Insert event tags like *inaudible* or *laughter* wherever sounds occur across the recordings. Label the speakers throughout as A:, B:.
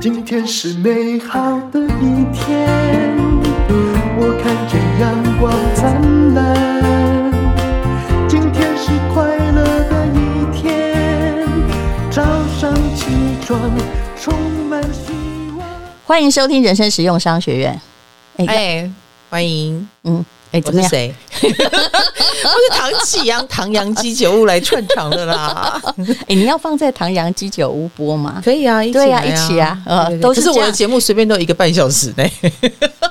A: 今天是美好的一天，我看见阳光灿烂。今天是快乐的一天，早上起床充满希望。
B: 欢迎收听人生实用商学院。哎、
C: 哎，欢迎，
B: 嗯，哎、
C: 我
B: 怎么
C: 是
B: 样？ *laughs*
C: 谁？我是唐启阳，唐阳鸡酒屋来串场的啦。
B: 哎、你要放在唐阳鸡酒屋播 *laughs* 吗？
C: *laughs* 可以啊，一起
B: 对
C: 呀、
B: 啊一起啊呃
C: 对对对
B: 都是
C: 可
B: 这
C: 是我的
B: 样
C: 节目随便都一个半小
B: *laughs*
C: 时呢。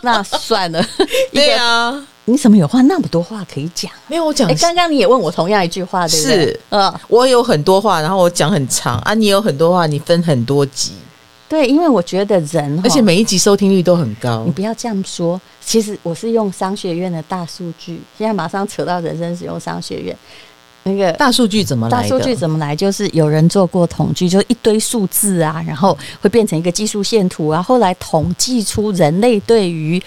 B: 那算 *laughs* 了。
C: 对啊，
B: 你怎么有话那么多话可以讲？
C: 没有我讲
B: 哎、刚刚你也问我同样一句话，对不对？
C: 是
B: 呃，
C: 我有很多话，然后我讲很长啊，你有很多话，你分很多集，
B: 对，因为我觉得人，
C: 而且。每一集收听率都很高
B: 你。不要这样说。其实我是用商学院的大数据，现在马上扯到人生使用商学院。那个
C: 大数据怎么来
B: 大
C: 的？
B: 数据怎么来？就是有人做过统计，就是一堆数字啊，然后会变成一个技术线图啊。后来统计出人类对于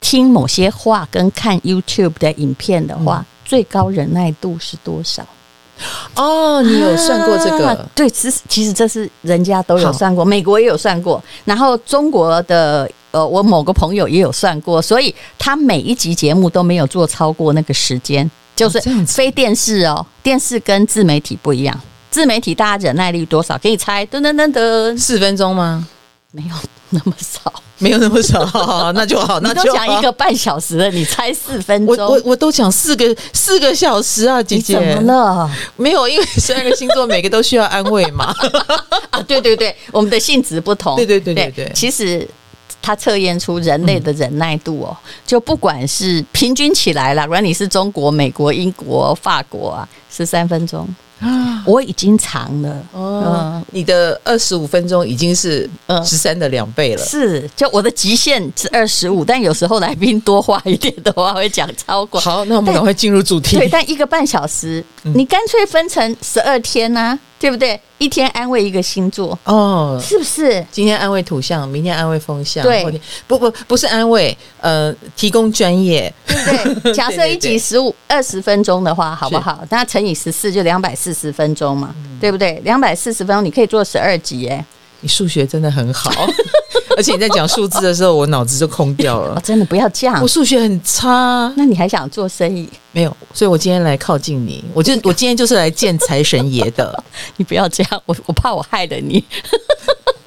B: 听某些话跟看 YouTube 的影片的
C: 嗯
B: 话，最高忍耐度是多少？
C: 哦，你有算过这个？
B: 啊对，其实其实这是人家都有
C: 好
B: 算过，美国也有算过，然后中国的呃，我某个朋友也有算过，所以他每一集节目都没有做超过那个时间，就是
C: 哦这样子
B: 非电视哦，电视跟自媒体不一样。自媒体大家忍耐力多少？给你猜，噔噔噔噔，
C: 四分钟吗？
B: 没有那么少。
C: 没有那
B: *laughs*
C: 么少，那就好，那
B: 你都
C: 就好。
B: 讲一个半小时了，你猜四分
C: 我
B: 钟，
C: 我我都讲四个四个小时啊，姐
B: 你
C: 姐
B: 怎么了？
C: 没有，因为十二个星座每个都需要安慰
B: *laughs*
C: 嘛。
B: 啊，对对对，我们的性质不同。
C: 对对对对对
B: 其实它测验出人类的忍耐度哦，就不管是平均起来啦，管你是中国、美国、英国、法国啊，十三分钟，
C: 啊，
B: 我已经长了。
C: 哦，你的二十五分钟已经是
B: 嗯
C: 十三的两倍了。
B: 是，就我的极限是二十五，但有时候来宾多花一点的话，会讲超过。
C: 好，嗯那我们赶快进入主题。
B: 对，但一个半小时，你干脆分成十二天呐、对不对？一天安慰一个星座，
C: 哦，
B: 是不是？
C: 今天安慰土象，明天安慰风象，
B: 对
C: 后天，不不不是安慰，呃，提供专业，
B: 对 *laughs* 不对？假设一集十五二十分钟的话，好不好？那乘以十四就两百四十分钟嘛，对不对？两百四十分钟你可以做十二集耶、
C: 你数学真的
B: *laughs*
C: 很好，而且你在讲数字的时候，我脑子就空掉
B: 哦，
C: 了。
B: 真的不要这样
C: 我。数学很差，
B: 那你还想做生意？ *laughs*
C: 没有，所以我今天来靠近你，我就我今天就是来见财神爷的。
B: 你不要这样，我我怕我害了你。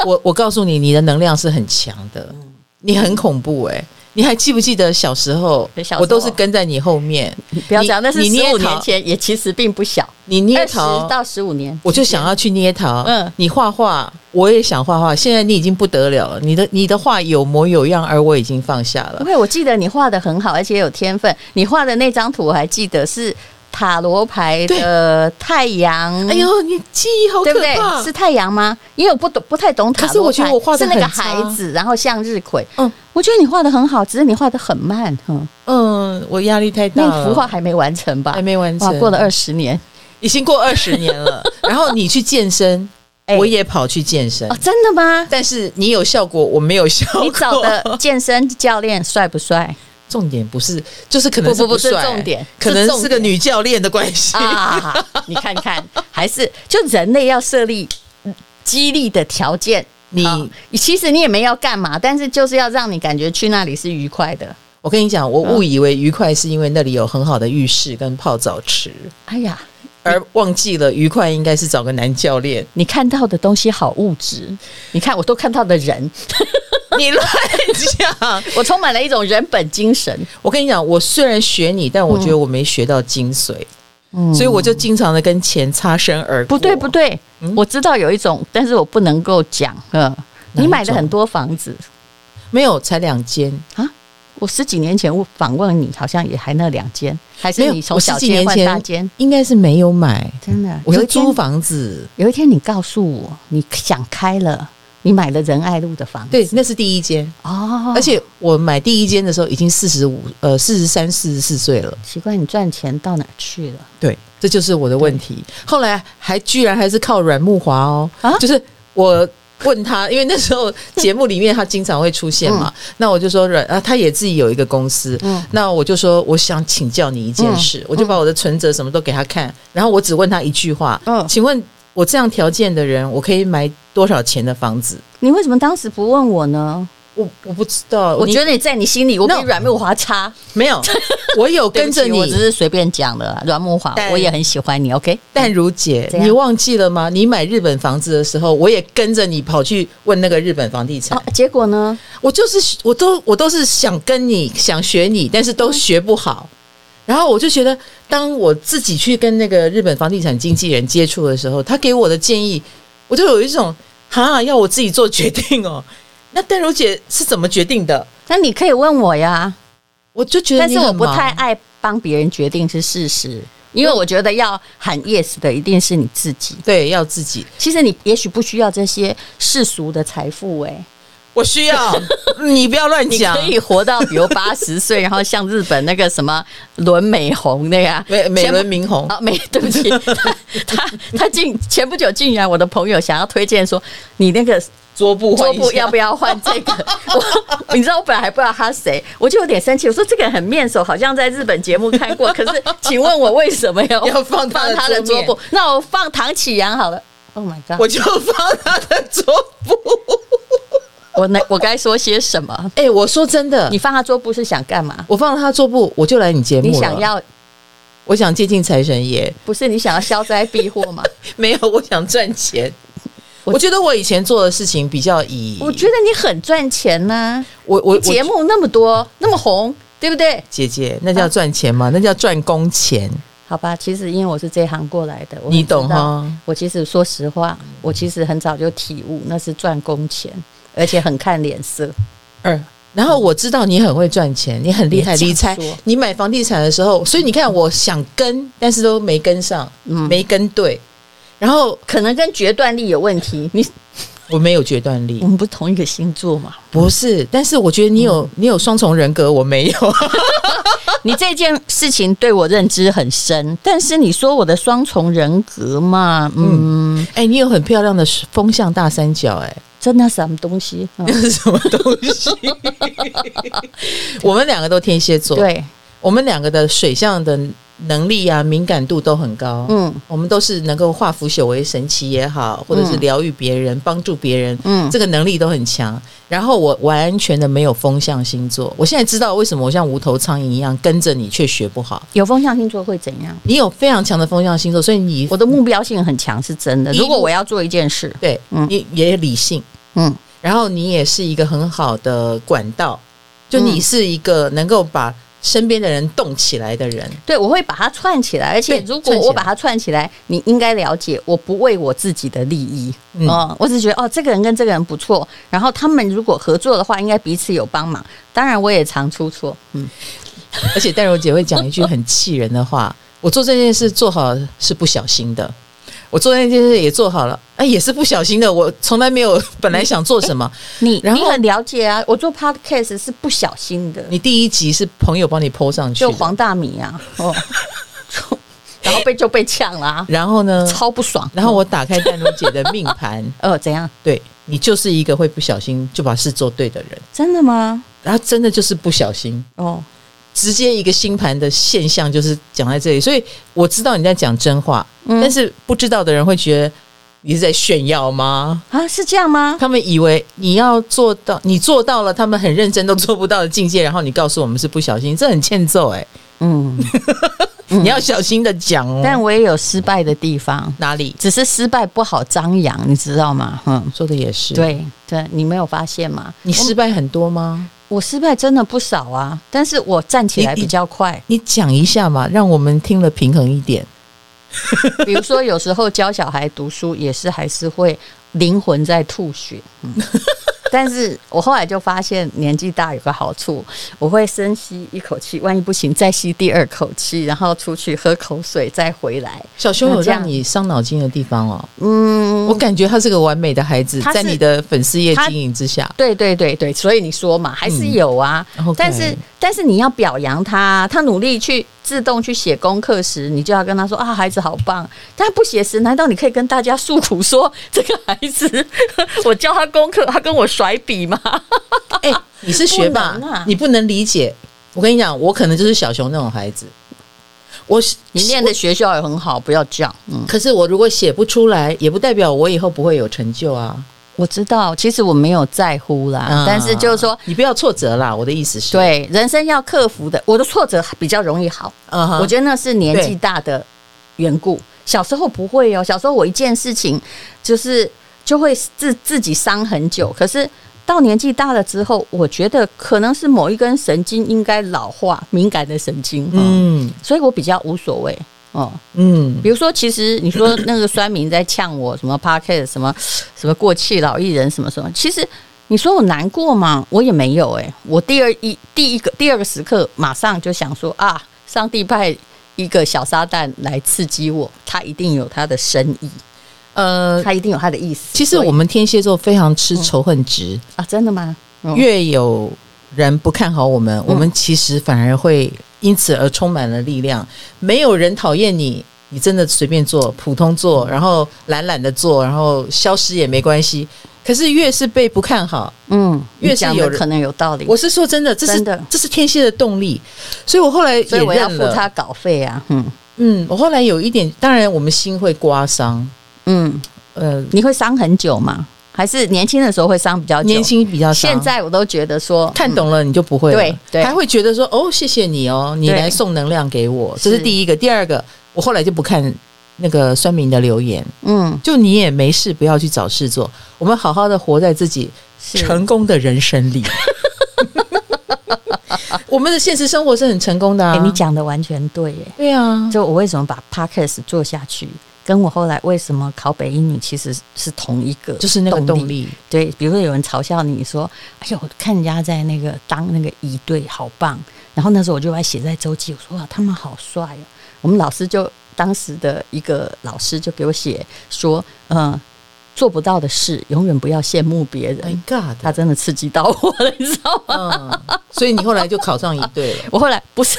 C: 我我告诉你，你的能量是很强的，
B: 嗯
C: 你很恐怖哎、你还记不记得小时候
B: 对小时，候
C: 我都是跟在你后面？
B: *laughs* 不要这样，那是
C: 你
B: 十
C: 捏
B: 五
C: 陶
B: 年前，也其实并不小，
C: 你
B: 二
C: 捏
B: 十
C: 陶，
B: 到十五年。
C: 我就想要去捏陶。
B: 嗯
C: 嗯，你画画，我也想画画。现在你已经不得了了，你的你的画有模有样，而我已经放下
B: 因
C: 了。
B: 为我记得你画的很好，而且有天分。你画的那张图我还记得是塔罗牌的太阳，
C: 哎呦，你记忆好
B: 嗯对
C: 可
B: 不对？
C: 怕！
B: 是太阳吗？因为我不懂，不太懂塔罗牌。
C: 可是我觉得我画得
B: 是那个
C: 很差
B: 孩子，然后向日葵。嗯
C: 嗯，
B: 我觉得你画的很好，只是你画的很慢。嗯，
C: 嗯，我压力太大
B: 那
C: 了。
B: 幅画还没完成吧？
C: 还没完成
B: 哇，过了二十年
C: 已经过二十年
B: *laughs*
C: 了。然后你去健身，
B: 哎
C: 我也跑去健身
B: 哦，，真的吗？
C: 但是你有效果，我没有效果。
B: 你找的健身教练帅不帅
C: 重点不是，就是可能
B: 不不不
C: 是帅
B: 是重点
C: *laughs* 可能
B: 是重
C: 是个
B: 点
C: 女教练的关系。
B: 啊？你看看，还是就人类要设立嗯激励的条件。
C: 你
B: 哦其实你也没要干嘛，但是就是要让你感觉去那里是愉快的。
C: *laughs* 我跟你讲，我误以为愉快是因为那里有很好的浴室跟泡澡池，
B: 哎呀，
C: 而忘记了愉快应该是找个男
B: *laughs*。
C: 教练
B: 你看到的东西好物质，你看我都看到的人，
C: 你乱讲！
B: 我充满了一种人本精神。
C: *laughs* 我跟你讲，我虽然学你，但我觉得我没学到精髓，
B: 嗯，
C: 所以我就经常的跟钱擦身而过。
B: 不对不对，我嗯知道有一种，但是我不能够讲。嗯，你买了很多房子
C: 没有，才两间。
B: 啊。我十几年前我访问你，好像也还那两间，还
C: 没
B: 是
C: 有
B: 你，从
C: 我
B: 小
C: 十几
B: 间
C: 年
B: 换大
C: 前
B: 间？
C: 应该是没有买，
B: 真的，
C: 我
B: 有
C: 是
B: 一天
C: 租房子。
B: 有一天你告诉我，你想开了，你买了仁爱路的房子。
C: 对，那是第一间，
B: 哦，
C: 而且我买第一间的时候已经四十五，呃，四十三、四十四岁了。
B: 奇怪，你赚钱到哪儿去了？
C: 对，这就是我的问题。后来还居然还是靠阮木华哦，
B: 啊
C: 就是我问他，因为那时候节目里面他经常会出现嘛，那我就说阮啊，他也自己有一个公司，
B: 嗯
C: 那我就说我想请教你一件事，我就把我的存折什么都给他看，然后我只问他一句话，
B: 嗯
C: 请问我这样条件的人，我可以买多少钱的房子？
B: 你为什么当时不问我呢？
C: 我我不知道，
B: 我
C: 你
B: 觉得你在你心里，我比
C: No
B: 阮木华差。*laughs*
C: 没有，我有
B: 对
C: 跟
B: 不
C: 着
B: 起我只
C: 你。
B: 是随便讲的啦。阮木华
C: 但，
B: 我也很喜欢你。OK，
C: 淡如姐，
B: 怎样
C: 你忘记了吗？你买日本房子的时候，我也跟着你跑去问那个日本房地产。
B: 哦，结果呢？
C: 我就是我都我都是想跟你想学你，但是都
B: 嗯
C: 学不好。然后我就觉得，当我自己去跟那个日本房地产经纪人接触的时候，他给我的建议，我就有一种哈，要我自己做决定哦。 *laughs* 那淡如姐是怎么决定的？
B: 那你可以问我呀，
C: 我就觉得
B: 但
C: 你
B: 是我
C: 很
B: 不
C: 忙
B: 太爱帮别人决定是事实，因为我觉得要喊 yes 的一定是你自己。
C: 对，要
B: *laughs*
C: 自己，
B: 其实你也许不需要这些世俗的财富、哎，
C: 我需要你不要乱
B: 你
C: 讲
B: 可。以活到比如八十岁，然后像日本那个什么伦美红那样，
C: *laughs* 美美
B: 先
C: 轮明宏，
B: 啊，没， *laughs* 对不起，他他他竟前不久竟然我的朋友想要推荐说你那个
C: 桌布换
B: 桌
C: 一
B: 布
C: 下
B: 要不要换这
C: *laughs*
B: 个？我你知道我本来还不知道他谁，我就有点生气，我说这个人很面熟，好像在日本节目看过，可是请问我为什么要
C: *laughs* 要放他的
B: 他的
C: 桌
B: 桌
C: 面
B: 布？那我放唐启阳好了。Oh my god！
C: 我就放他的桌布。
B: 我我那我该说些什么？
C: *laughs* 哎、我说真的，
B: 你放他桌布是想干嘛？
C: 我放了他桌布，我就来你节目
B: 你
C: 了
B: 想要
C: 我想接近财神爷，
B: 不是你想要消灾避祸吗？
C: *laughs* 没有，我想赚钱。我
B: 我
C: 觉得我以前做的事情比较以，
B: 我觉得你很赚钱呐、
C: 我我我
B: 节目那么多，那么红，对不对？
C: 姐姐那叫赚钱吗？那叫赚工钱。
B: 好吧，其实因为我是这一行过来的，我很
C: 你懂
B: 知道
C: 哈
B: 我其实说实话，我其实很早就体悟，那是赚工钱，而且很看脸色。
C: 二，然后我知道你很会赚钱，你很厉害，
B: 别这
C: 理
B: 样
C: 财
B: 说。
C: 你买房地产的时候，所以你看，我想跟，但是都没跟上，
B: 嗯
C: 没跟对。然后
B: 可能跟决断力有问 *laughs* 题。你
C: 我没有决断力
B: 我，们不是同一个星座 *laughs* 嘛？
C: 不是，但是我觉得你有、你有双重人格，我没有。
B: 你这件事情对我认知很深，但是你说我的双重人格嘛，嗯，
C: 哎、你有很漂亮的风向大三角、哎。
B: 真的什么东西？嗯、 *laughs*
C: 是什么东西？ *laughs* 我们两个都天蝎座，，
B: 对，
C: 我们两个的水象的能力啊、敏感度都很高。嗯，
B: 嗯
C: 我们都是能够化腐朽为神奇也好，或者是
B: 嗯
C: 疗愈别人、帮助别人，
B: 嗯
C: 这个能力都很强。然后我完全的没有风象星座，我现在知道为什么我像无头苍蝇一样跟着你却学不好。
B: 有风象星座会怎样？
C: 你有非常强的风象星座，所以你
B: 我的目标性很强，是真的。
C: 一
B: 如果我要做一件事，
C: 对、
B: 嗯
C: 你也理性。
B: 嗯，
C: 然后你也是一个很好的管道，就你是一个能够把身边的人动起来的人。
B: 对，我会把它串起来，而且
C: 对
B: 如果
C: 串起
B: 我
C: 来
B: 把它串起来，你应该了解，我不为我自己的利益，
C: 嗯
B: 嗯、我只觉得哦，这个人跟这个人不错，然后他们如果合作的话，应该彼此有帮忙。当然，我也常出错，嗯，
C: 而且戴柔姐会讲一句很气人的话：“我做这件事做好是不小心的，我做那件事也做好了，哎，也是不小心的。我从来没有本来想做什么。
B: 你
C: 然
B: 你
C: 后
B: 很了解啊，我做 podcast 是不小心的，
C: 你第一集是朋友帮你 PO 上去
B: 就
C: 的，
B: 黄大米啊，
C: *laughs*
B: 哦，就然后被就被呛了、啊，
C: 然后呢？
B: 超不爽。
C: 嗯然后我打开戴柔姐的命盘，
B: 呃，怎样？
C: 对你就是一个会不小心就把事做对的人，
B: 真的吗？
C: 然后真的就是不小心。”
B: 哦，
C: 直接一个星盘的现象就是讲在这里，所以我知道你在讲真话，
B: 嗯
C: 但是不知道的人会觉得你是在炫耀吗？
B: 啊，是这样吗？
C: 他们以为你要做到，你做到了他们很认真都做不到的境界，然后你告诉我们是不小心，这很欠揍哎、
B: 嗯，
C: 你要小心的讲哦。
B: 但我也有失败的地方。
C: 哪里
B: 只是失败不好张扬，你知道吗？嗯，
C: 说的也是，，
B: 对对，你没有发现吗？
C: 你失败很多吗？
B: 我失败真的不少啊，但是我站起来比较快。
C: *laughs* 你讲一下嘛，让我们听了平衡一点。
B: 比如说，有时候教小孩读书也是还是会灵魂在吐血。嗯
C: *laughs*
B: 但是我后来就发现，年纪大有个好处，我会深吸一口气，万一不行再吸第二口气，然后出去喝口水再回来。
C: 小熊有
B: 那这样
C: 让你伤脑筋的地方哦，
B: 嗯，
C: 我感觉他是个完美的孩子，
B: 他是
C: 在你的粉丝业
B: 他
C: 经营之下，
B: 对对对对，所以你说嘛，还是有啊。
C: 嗯 OK
B: 但是但是你要表扬他，他努力去自动去写功课时，你就要跟他说啊，孩子好棒。但不写时，难道你可以跟大家诉苦说这个孩子， *laughs* 我教他功课，他跟我甩笔吗？
C: 哎、你是学霸，
B: 啊不能啊
C: 你不能理解。我跟你讲，我可能就是小熊那种孩子。我
B: 你念的学校也很好，不要这样。嗯，
C: 可是我如果写不出来，也不代表我以后不会有成就啊。
B: 我知道，其实我没有在乎啦，
C: 啊
B: 但是就是说，
C: 你不要挫折啦。我的意思是，，
B: 对人生要克服的，我的挫折比较容易好。
C: 嗯哼，
B: 我觉得那是年纪
C: 对
B: 大的缘故。小时候不会哦，小时候我一件事情就是就会自自己伤很久。可是到年纪大了之后，我觉得可能是某一根神经应该老化，敏感的神经，嗯，
C: 嗯
B: 所以我比较无所谓哦。
C: 嗯，
B: 比如说，其实你说那个酸民在呛我什么 p o c a s t 什么什么过气老艺人什么什么，其实你说我难过吗？我也没有哎、我第二一第一个第二个时刻马上就想说啊，上帝派一个小撒旦来刺激我，他一定有他的深意，
C: 呃，
B: 他一定有他的意思。
C: 其实
B: 所以
C: 我们天蝎座非常
B: 嗯
C: 吃仇恨值，
B: 啊，真的吗？嗯
C: 越有人不看好我们，我们其实反而会因此而充满了力量。没有人讨厌你，你真的随便做、普通
B: 嗯
C: 做，然后懒懒的做，然后消失也没关系。可是越是被不看好，
B: 嗯，
C: 越
B: 你
C: 是
B: 讲
C: 有
B: 的
C: 人
B: 可能有道理，
C: 我是说真的，这是
B: 嗯真的
C: 这是天蝎的动力。所以我后来也
B: 所以我要
C: 认
B: 付
C: 了，
B: 他稿费啊，嗯
C: 嗯，我后来有一点，当然我们心会刮伤，
B: 嗯，
C: 呃，
B: 你会伤很久吗？还是年轻的时候会伤比较久？
C: 年轻比较伤
B: 现在我都觉得说
C: 看懂了你就不会了，
B: 对对
C: 还会觉得说哦，谢谢你哦，你
B: 对
C: 来送能量给我，
B: 是
C: 这是第一个。第二个，我后来就不看那个酸民的留言，
B: 嗯，
C: 就你也没事，不要去找事做，我们好好的活在自己
B: 是
C: 成功的人生
B: *laughs*
C: 里。我们的现实生活是很成功的啊，
B: 哎、你讲的完全对耶！
C: 对啊，
B: 就我为什么把 podcast 做下去，跟我后来为什么考北英语其实是同一个，
C: 就是那个动。力，
B: 对，比如说有人嘲笑你说：“哎呦，我看人家在那个当那个一队好棒。”然后那时候我就把它写在周记，我说：“哇，他们好帅哦！”我们老师就当时的一个老师就给我写说：“嗯、做不到的事，永远不要羡慕别人。
C: My
B: *laughs*
C: God，
B: 他真的刺激到我 *laughs* 了，你知道吗？
C: 嗯，所以你后来就考上一队了。
B: *laughs* 我后来不是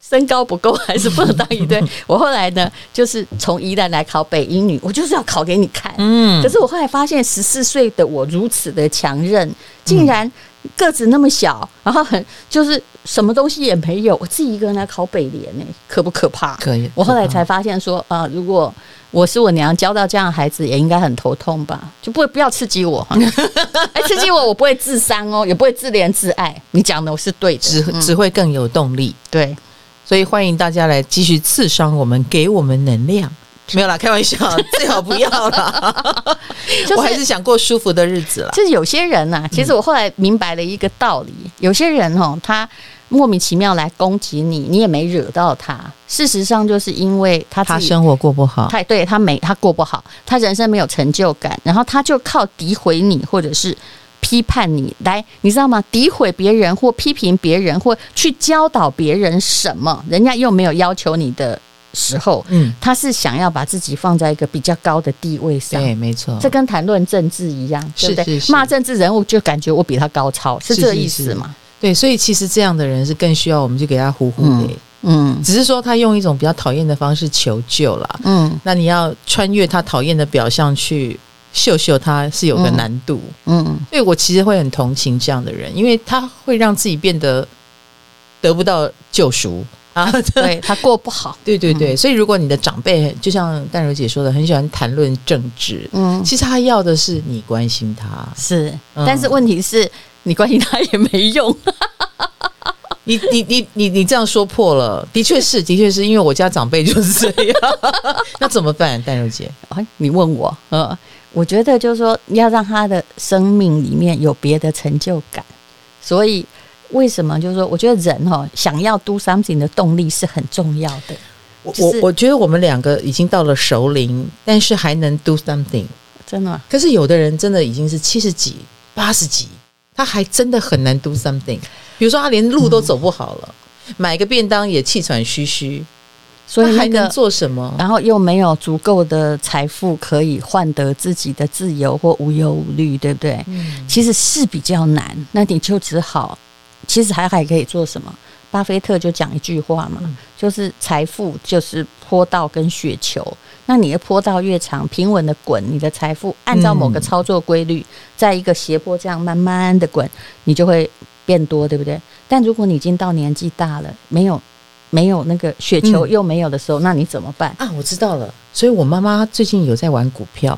B: 身高不够，还是不能当一
C: *laughs*
B: 队。我后来呢，就是从宜兰来考北英女，我就是要考给你看。
C: 嗯
B: 可是我后来发现，十四岁的我如此的强韧，竟然个子那么小，然后很就是什么东西也没有，我自己一个人来考北联呢、可不可怕？
C: 可以
B: 我后来
C: 可怕
B: 才发现说，啊、如果我是我娘教到这样的孩子，也应该很头痛吧？就不不要刺激我，
C: *laughs*
B: 哈哎、刺激我，我不会自伤哦，也不会自怜自爱。你讲的我是对的，
C: 只
B: 嗯
C: 只会更有动力。
B: 对。
C: 所以欢迎大家来继续刺伤我们，给我们能量。 *laughs* 没有啦，开玩 *laughs* 笑，最好不要啦。
B: 就是
C: 我还是想过舒服的日子啦。
B: 就是有些人
C: 嗯
B: 呐、其实我后来明白了一个道理，有些人哦，他莫名其妙来攻击你，你也没惹到他。事实上，就是因为他自
C: 他
B: 己
C: 生活过不好，
B: 他对他没他过不好，他人生没有成就感，然后他就靠诋毁你或者是批判你来，你知道吗？诋毁别人或批评别人或去教导别人什么，人家又没有要求你的时候，
C: 嗯，
B: 他是想要把自己放在一个比较高的地位上。
C: 对，没错，
B: 这跟谈论政治一样，
C: 是
B: 对不对
C: 是？是
B: 骂政治人物就感觉我比他高超，是
C: 是
B: 这意思吗？
C: 对，所以其实这样的人是更需要我们去给他呼呼的、
B: 嗯
C: 只是说他用一种比较讨厌的方式求救啦。
B: 嗯
C: 那你要穿越他讨厌的表象去秀秀他是有个
B: 嗯
C: 难度，
B: 嗯，
C: 所以我其实会很同情这样的人，因为他会让自己变得得不到救 *laughs* 赎啊。
B: 对他过不好，
C: 对对
B: 嗯
C: 对，所以如果你的长辈就像淡如姐说的，很喜欢谈论政治，
B: *laughs* 嗯
C: 其实他要的是你关心他，
B: 是，
C: 嗯
B: 但是问题是你关心他也没用，
C: 你你你你你这样说破了，的
B: *laughs*
C: 确是，的确是因为我家长辈就是这样，那怎么办，淡如姐？
B: *laughs* 哎，你问我，呃，我觉得就是说要让他的生命里面有别的成就感，所以为什么就是说，我觉得人哈、哦、想要 do something 的动力是很重要的，
C: 我
B: 就是
C: 我我觉得我们两个已经到了熟龄，但是还能 do something。
B: 真的吗。
C: 可是有的人真的已经是七十几、八十几，他还真的很难 do something。比如说，他连路都走不好了，买个便当也气喘吁吁，
B: 嗯所以
C: 他还
B: 那个啊
C: 能做什么？
B: 然后又没有足够的财富可以换得自己的
C: 嗯
B: 自由或无忧无虑，对不对？其实是比较难，那你就只好其实还还可以做什么？巴菲特就讲一句话嘛，
C: 嗯
B: 就是财富就是坡道跟雪球。那你的坡道越长，平稳的滚，你的财富按照某个
C: 嗯
B: 操作规律，在一个斜坡这样慢慢的滚，你就会变多，对不对？但如果你已经到年纪大了，没有没有那个雪球
C: 嗯
B: 又没有的时候，那你怎么办？
C: 啊，我知道了。所以我妈妈最近有在玩股票，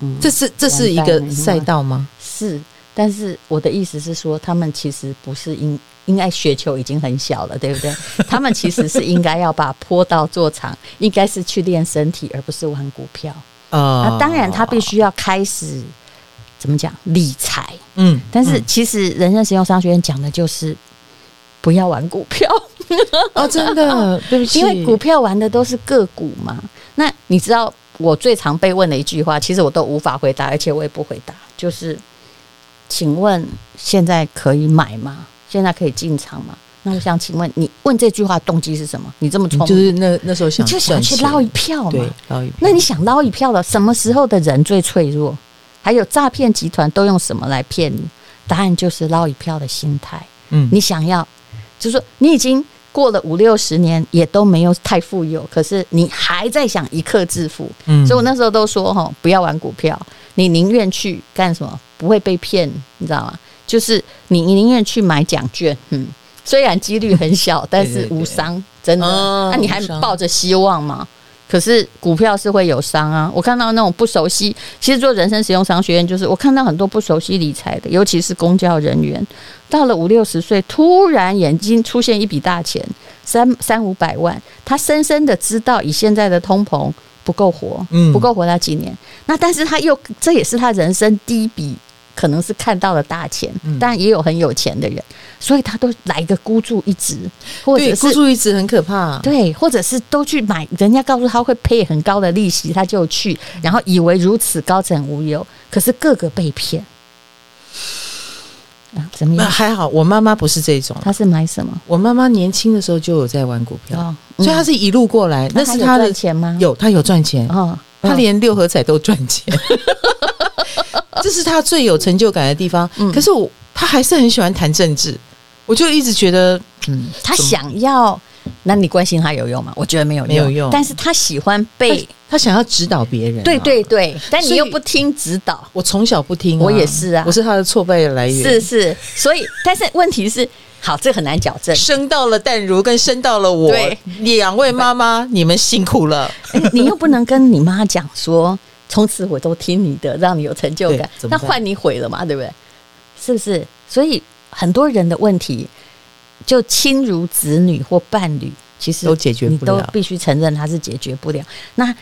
B: 嗯，
C: 这是这是一
B: 完蛋
C: 个
B: 了
C: 赛道吗？
B: 是，但是我的意思是说，他们其实不是应应该雪球已经很小了，对不 *laughs* 对？他们其实是应该要把坡道做长，应该是去练身体，而不是玩股票。
C: 啊
B: 啊，当然他必须要开始怎么讲理财，
C: 嗯，
B: 但是
C: 嗯
B: 其实人生实用商学院讲的就是不要玩股票。
C: 哦，真
B: *laughs*
C: 的，对不起，
B: 因为股票玩的都是个股嘛。那你知道我最常被问的一句话，其实我都无法回答，而且我也不回答，就是请问现在可以买吗？现在可以进场吗？那我想请问你问这句话动机是什么？你这么
C: 你
B: 聪
C: 就
B: 明，
C: 是那那时候
B: 你
C: 想
B: 就想
C: 赚
B: 去
C: 钱
B: 捞一票嘛
C: 对？捞一票，
B: 那你想捞一票了，什么时候的人最脆弱？还有诈骗集团都用什么来骗你？答案就是捞一票的心态。
C: 嗯
B: 你想要，就是说你已经过了五六十年，也都没有太富有，可是你还在想一刻致富。
C: 嗯
B: 所以我那时候都说哈，不要玩股票，你宁愿去干什么？不会被骗，你知道吗？就是你你宁愿去买奖券，嗯，虽然几率很小，但是
C: *laughs* 对对
B: 无伤，真的。
C: 哦
B: 那、你还
C: 无伤
B: 抱着希望吗？可是股票是会有伤啊！我看到那种不熟悉，其实做人生实用商学院，就是我看到很多不熟悉理财的，尤其是公教人员，到了五六十岁，突然眼睛出现一笔大钱，三三五百万，他深深的知道以现在的通膨不够活，
C: 嗯
B: 不够活他几年。那但是他又这也是他人生第一笔，可能是看到了大钱，
C: 嗯
B: 但也有很有钱的人，所以他都来个孤注一掷，或者
C: 对
B: 是
C: 孤注一掷很可怕，
B: 对，或者是都去买，人家告诉他会配很高的利息，他就去，然后以为如此高枕无忧，可是个个被骗。啊，怎么
C: 那
B: 样？
C: 还好，我妈妈不是这种，
B: 他是买什么？
C: 我妈妈年轻的时候就有在玩股票，
B: 哦，嗯
C: 所以她是一路过来，那是她
B: 他
C: 的
B: 赚钱吗？
C: 有，她有赚钱，
B: 哦，
C: 她连六合彩都赚 *laughs* 钱，这是她最有成就感的地方。
B: 嗯
C: 可是我，她还是很喜欢谈政治，我就一直觉得，嗯，
B: 他
C: 怎么
B: 想要，那你关心他有用吗？我觉得没有用，
C: 没有用
B: 但是他喜欢被，
C: 她想要指导别人、
B: 对，对对，但你
C: 所以
B: 又不听指导，
C: 我从小不听啊、
B: 我也是啊
C: 我是她的挫败的来源，
B: 是是，所以但是问题是，好，这很难矫正。
C: 生到了淡如跟生到了我
B: 对，
C: 两位妈妈，你们辛苦了。
B: *laughs* 哎你又不能跟你妈讲说，从此我都听你的，让你有成就感
C: 对怎，么
B: 那
C: 办
B: 换你毁了嘛，对不对？是不是？所以很多人的问题，就亲如子女或伴侣，其实
C: 都解决
B: 你
C: 不了
B: 都必须承认他是解决不了。那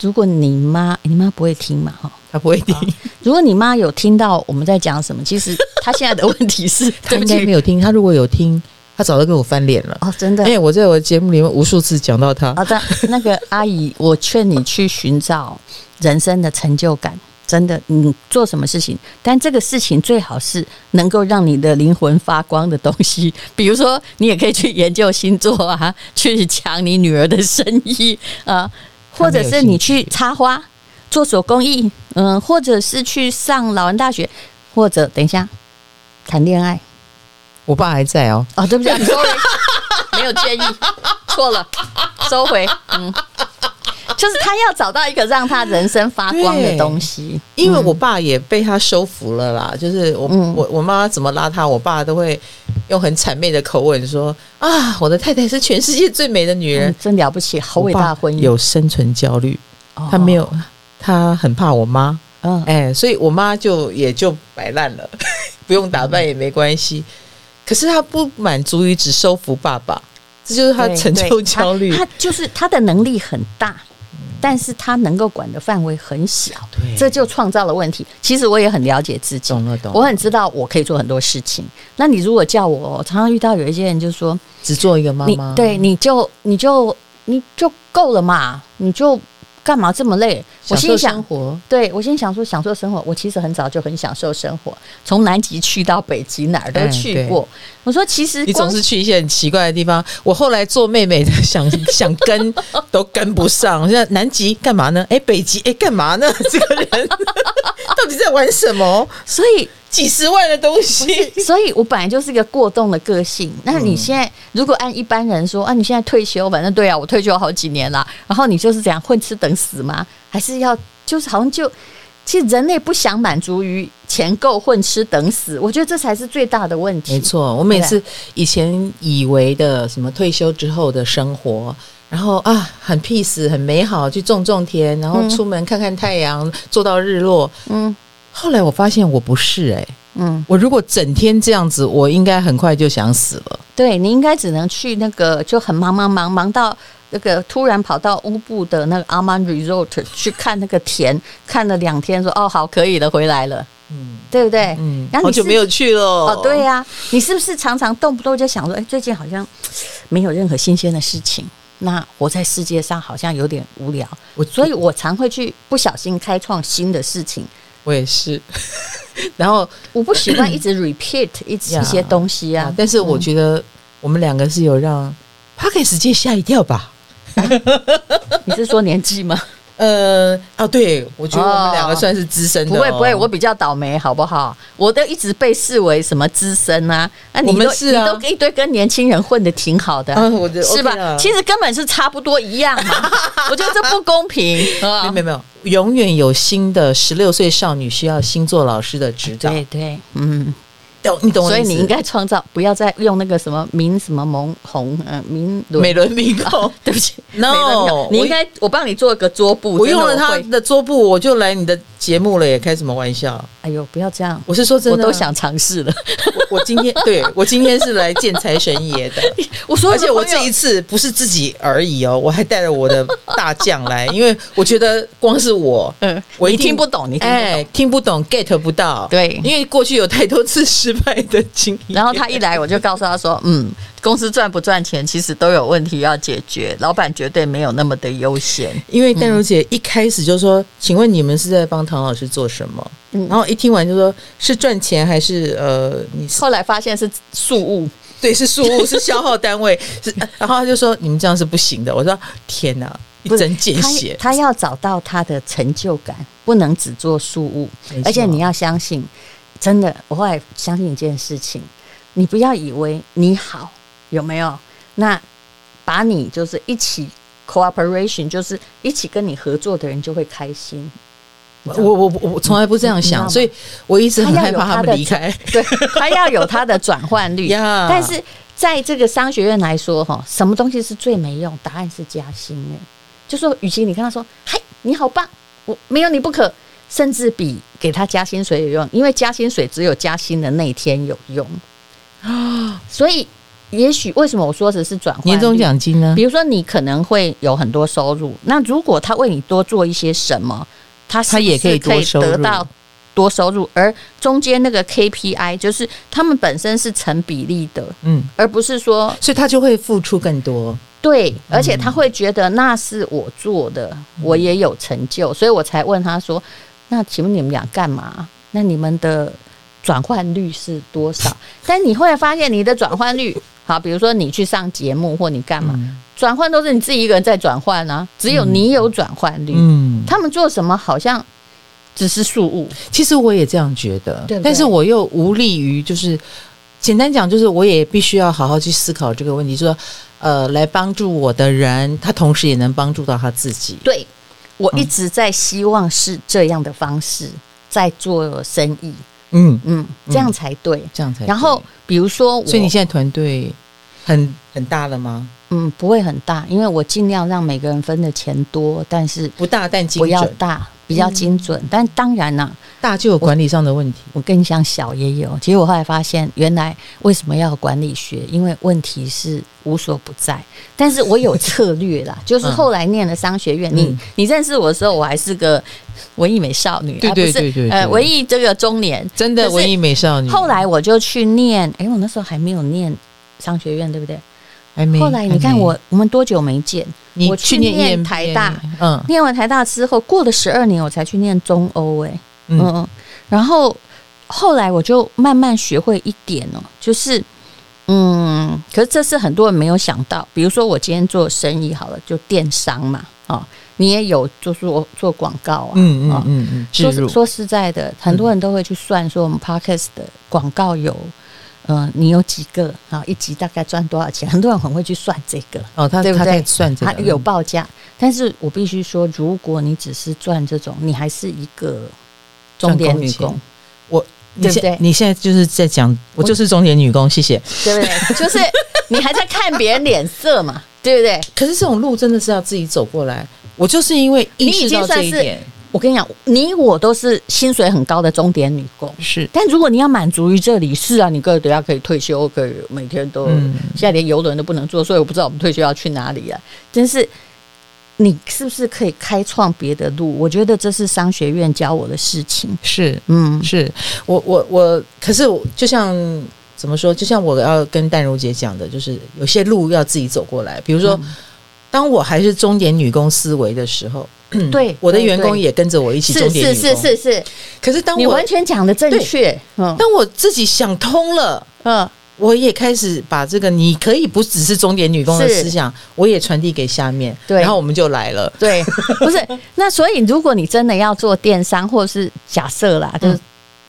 B: 如果你妈，你妈不会听嘛，哈。
C: 她不会听，
B: 如果你妈有听到我们在讲什么，其实她现在的问题是，
C: *laughs* 她应该没有听。她如果有听，她早就跟我翻脸了。啊
B: 哦，真的
C: 哎、我在我的节目里面无数次讲到他，
B: 好的，那个阿姨，我劝你去寻找人生的成就感。真的，你做什么事情，但这个事情最好是能够让你的灵魂发光的东西。比如说，你也可以去研究星座啊，去抢你女儿的生意啊，或者是你去插花、做手工艺，嗯，或者是去上老人大学，或者等一下谈恋爱。
C: 我爸还在哦。
B: 哦，对
C: *laughs*
B: 不起，I'm sorry，没有建 *laughs* 议，错了，收回。嗯，就是他要找到一个让他人生发光的东西。
C: 因为我爸也被他收服了啦，就是我、
B: 嗯
C: 我我妈妈怎么拉他，我爸都会用很谄媚的口吻说啊，我的太太是全世界最美的女人
B: 嗯，，真了不起，好伟大的婚
C: 我
B: 姻。
C: 爸有生存焦虑，
B: 哦
C: 他没，有，他很怕我妈，
B: 嗯，
C: 哎、所以我妈就也就摆烂了， *laughs* 不用打扮也没关系。可是他不满足于只收服爸爸，这就是他
B: 对
C: 成就
B: 对
C: 焦虑
B: 他。他就是他的能力很大，但是他能够管的范围很小，
C: 对
B: 这就创造了问题。其实我也很了解自己，
C: 懂了懂了
B: 我很知道我可以做很多事情。那你如果叫我，我常常遇到有一些人就说，
C: 只做一个妈妈，
B: 你对，你就你就你就够了嘛，你就干嘛这么累？我
C: 享
B: 心里
C: 受
B: 想
C: 生，活，
B: 对我心里想说，享受生活，我其实很早就很享受生活，从南极去到北极，哪儿都
C: 哎
B: 去
C: 对
B: 过。我说，其实
C: 你总
B: 光
C: 是去一些很奇怪的地方。我后来做妹妹的， *laughs* 想想跟都跟不上。现在南极干 *laughs* 嘛呢？哎，北极哎干嘛呢？这个人到底在玩什么？
B: 所以
C: 几十万的东 *laughs* 西。
B: 所以我本来就是一个过动的个性。那你现在如果按一般人说啊，你现在退休，反正对啊，我退休好几年了，然后你就是怎样混吃等死吗？还是要就是好像就。其实人类不想满足于钱够混吃等死，我觉得这才是最大的问题。
C: 没错，我每次以前以为的什么退休之后的生活，然后啊很 peace 很美好，去种种田，然后
B: 嗯
C: 出门看看太阳，做到日落。
B: 嗯
C: 后来我发现我不是哎、
B: 嗯，
C: 我如果整天这样子，我应该很快就想死了。
B: 对你应该只能去那个就很忙忙忙忙到那个突然跑到乌布的那个阿曼 Resort 去看那个田，看了两天说哦好可以了，回来了，嗯，对不对？
C: 嗯，
B: 然后
C: 好
B: 你
C: 久
B: 是
C: 没有去了。
B: 哦，对、呀、你是不是常常动不动就想说，哎，最近好像没有任何新鲜的事情，那活在世界上好像有点无聊，
C: 我
B: 所以我常会去不小心开创新的事情。
C: 我也是。 *laughs* 然后
B: 我不喜欢一直 repeat 一直
C: 呀
B: 一些东西啊
C: 啊，，但是我觉得我们两个是有让 p a c k e s 界吓一跳吧。
B: 你是说年纪吗？
C: 呃，哦，对，我觉得我们两个算是资深的、
B: 不
C: 哦
B: 会不会，我比较倒霉，好不好？我都一直被视为什么资深啊，那你
C: 我们
B: 都
C: 是啊
B: 你都一堆跟年轻人混的挺好的，
C: 嗯我觉得
B: 是
C: OK
B: 吧？
C: 啦
B: 其实根本是差不多一样嘛，我觉得这不公平
C: 没
B: 啊
C: 有没有没有，永远有新的十六岁少女需要星座老师的指导。
B: 对对，嗯，
C: 懂你懂我
B: 所
C: 的意
B: 以
C: 思？
B: 你应该创造，不要再用那个什么明什么蒙红，呃，明伦
C: 美轮明 *laughs* 宏。
B: *laughs* 对不起
C: No，
B: 美轮明宏你
C: 我
B: 应该我帮你做个桌布，
C: 我
B: 真
C: 用
B: 的
C: 了他
B: 会
C: 的桌布，我就来你的节目了耶，开什么玩笑？
B: 哎呦，不要这样，
C: 我是说真
B: 我
C: 的啊，
B: 都想尝试了。
C: 我。我今天对我今天是来见财神爷 *laughs* 的，
B: 我说，
C: 而且 *laughs* 我 *laughs* 这一次不是自己而已哦，我还带了我的大将来，因为我觉得光是我，
B: 嗯
C: 我一
B: 你
C: 定
B: 听不懂你听不懂
C: 哎，听不懂，get 不到，
B: 对
C: 因为过去有太多次失败的经验。
B: 然后他一来，我就告诉他说：“嗯，公司赚不赚钱，其实都有问题要解决，老板绝对没有那么的悠闲。
C: 因为淡如姐一开始就说：“请问你们是在帮唐老师做什么？”
B: 嗯
C: 然后一听完就说：“是赚钱还是呃，你”是
B: 后来发现是素物，
C: 对是数物是消耗单位？”是，呃然后他就说：“你们这样是不行的。”我说：“天哪，一
B: 不是
C: 针见血！
B: 他他要找到他的成就感，不能只做素物
C: 没，错
B: 而且你要相信，真的，我后来相信一件事情，你不要以为你好有没有？那把你就是一起 cooperation，就是一起跟你合作的人就会开心。
C: 我我我我从来不这样
B: 你知道
C: 想，
B: 吗
C: 所以我一直
B: 他
C: 很
B: 要
C: 害
B: 有
C: 怕
B: 他
C: 们
B: 的
C: 离开。
B: 对，他要有他的转换
C: *laughs*
B: 率。
C: 呀
B: 但是在这个商学院来说，哈，什么东西是最没用？答案是加薪哎，就说，与其你跟他说“嗨，你好棒，我没有你不可”，甚至比给他加薪水有用，因为加薪水只有加薪的那一天有用啊。所以，也许为什么我说的是转换率
C: *laughs* 哦年终奖金呢
B: 比？如说，你可能会有很多收入，那如果他为你多做一些什么，他是不
C: 他
B: 是
C: 也可
B: 可
C: 以多收入
B: 得到多收入，而中间那个 KPI 就是他们本身是成比例的，
C: 嗯，
B: 而不是说
C: 所以他就会付出更多。
B: 对，而且他会觉得那是我做的，我也有成就，所以我才问他说：“那请问你们俩干嘛？那你们的转换率是多 *laughs* 少？”但你会发现，你的转换率，好，比如说你去上节目或你干嘛，转换都是你自己一个人在转换啊，只有你有转换率。
C: 嗯，
B: 他们做什么好像只是事物，
C: 其实我也这样觉得，
B: 对不对
C: 但是我又无力于就是。简单讲，就是我也必须要好好去思考这个问题，就说，呃，来帮助我的人，他同时也能帮助到他自己。
B: 对我一直在希望是这样的方式在做生意，
C: 嗯，
B: 嗯，这样才对。
C: 这哎样才对。
B: 然后，比如说我，
C: 所以你现在团队很很大了吗？
B: 嗯不会很大，因为我尽量让每个人分的钱多，但是
C: 不大，但精
B: 不要
C: 准。
B: 大，比较精准。但当然啦、
C: 大就有管理上的问题。
B: 我跟你讲，小也有。其实我后来发现，原来为什么要有管理学？因为问题是无所不在。但是我有策略
C: *laughs*
B: 啦，就是
C: 嗯
B: 后来念了商学院，你你认识我的时候，我还是个文艺美少女，
C: 对
B: 啊不是
C: 对对对
B: 呃，
C: 对
B: 文艺这个中年。
C: 真的
B: 可是
C: 文艺美少女。
B: 后来我就去念，诶，我那时候还没有念商学院，对不对？
C: 还没，
B: 后来你
C: 还
B: 看
C: 没，
B: 我，我们多久没见？
C: 你
B: 我
C: 去
B: 去
C: 年
B: 念
C: 也
B: 台大，
C: 嗯
B: 念完台大之后，过了十二年，我才去念中欧、哎，嗯
C: 嗯
B: 嗯，然后后来我就慢慢学会一点哦，就是嗯，可是这是很多人没有想到，比如说我今天做生意好了，就电商嘛，哈、你也有做做做广告啊，
C: 嗯
B: 啊
C: 嗯嗯嗯，
B: 说
C: 植入嗯
B: 说实在的，很多人都会去算说我们 podcast 的广告有，呃，你有几个啊？一集大概赚多少钱？很多人很会去算这个，
C: 哦，他
B: 对不
C: 他
B: 对
C: 在算这
B: 它
C: 个嗯
B: 有报价。但是我必须说，如果你只是赚这种，你还是一个中年女
C: 赚工 *laughs*
B: 工，
C: 我，你
B: 对不
C: 现
B: 对
C: 你现在就是在讲，我
B: 我
C: 就是中年女工，谢谢。
B: 对不对？就是你还在看别人脸色嘛，对不对？
C: 可是这种路真的是要自己走过来。我就是因为意识到这一
B: 你已经
C: 点，
B: 我跟你讲，你我都是薪水很高的中年女工，
C: 是
B: 但如果你要满足于这里，是啊，你可以等下可以退休，可以每天都、
C: 嗯
B: 现在连游轮都不能坐，所以我不知道我们退休要去哪里啊。真是，你是不是可以开创别的路？我觉得这是商学院教我的事情。
C: 是
B: 嗯，
C: 是，我我我，可是我就像怎么说，就像我要跟淡如姐讲的，就是有些路要自己走过来。比如说，当我还是中年女工思维的时候，
B: 对
C: 我的
B: 对
C: 员工
B: 对
C: 也跟着我一起中
B: 是
C: 年
B: 是
C: 女工。
B: 是是是，
C: 可是当
B: 你
C: 我
B: 完全讲的正确。嗯
C: 当我自己想通了。
B: 嗯，
C: 我也开始把这个，你可以不只是中年女工的
B: 是
C: 思想，我也传递给下面，
B: 对
C: 然后我们就来了。
B: 对，不是。那所以，如果你真的要做电商，或是假设啦，就是、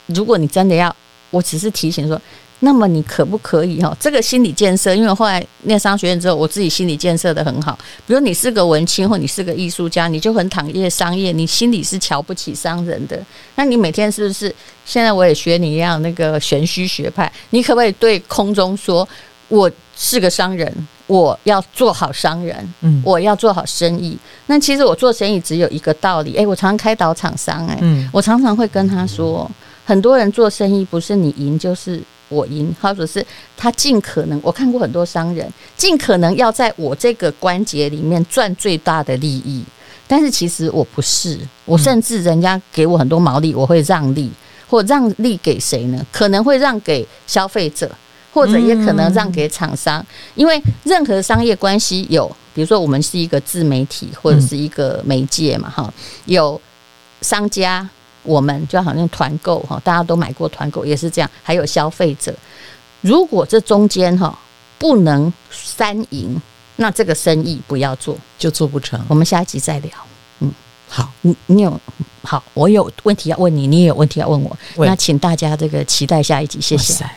B: 如果你真的要，我只是提醒说，那么你可不可以哈？这个心理建设，因为我后来念商学院之后，我自己心理建设的很好。比如你是个文青，或你是个艺术家，你就很讨厌商业，你心里是瞧不起商人的。那你每天是不是？现在我也学你一样那个玄虚学派，你可不可以对空中说，我是个商人，我要做好商人，
C: 嗯
B: 我要做好生意。那其实我做生意只有一个道理，诶，我常常开导厂商、诶，
C: 嗯
B: 我常常会跟他说，很多人做生意不是你赢就是。我赢，或者是他尽可能，我看过很多商人，尽可能要在我这个关节里面赚最大的利益。但是其实我不是，我甚至人家给我很多毛利，我会让利，或让利给谁呢？可能会让给消费者，或者也可能让给厂商，因为任何商业关系有，比如说我们是一个自媒体或者是一个媒介嘛，哈、有商家，我们就好像团购哈，大家都买过团购也是这样，还有消费者。如果这中间哈不能三赢，那这个生意不要做。
C: 就做不成。
B: 我们下一集再聊。
C: 好，
B: 你你有好，我有问题要问你，你也有问题要问我。
C: 喂
B: 那请大家这个期待下一集，谢
C: 哇
B: 谢。
C: 塞。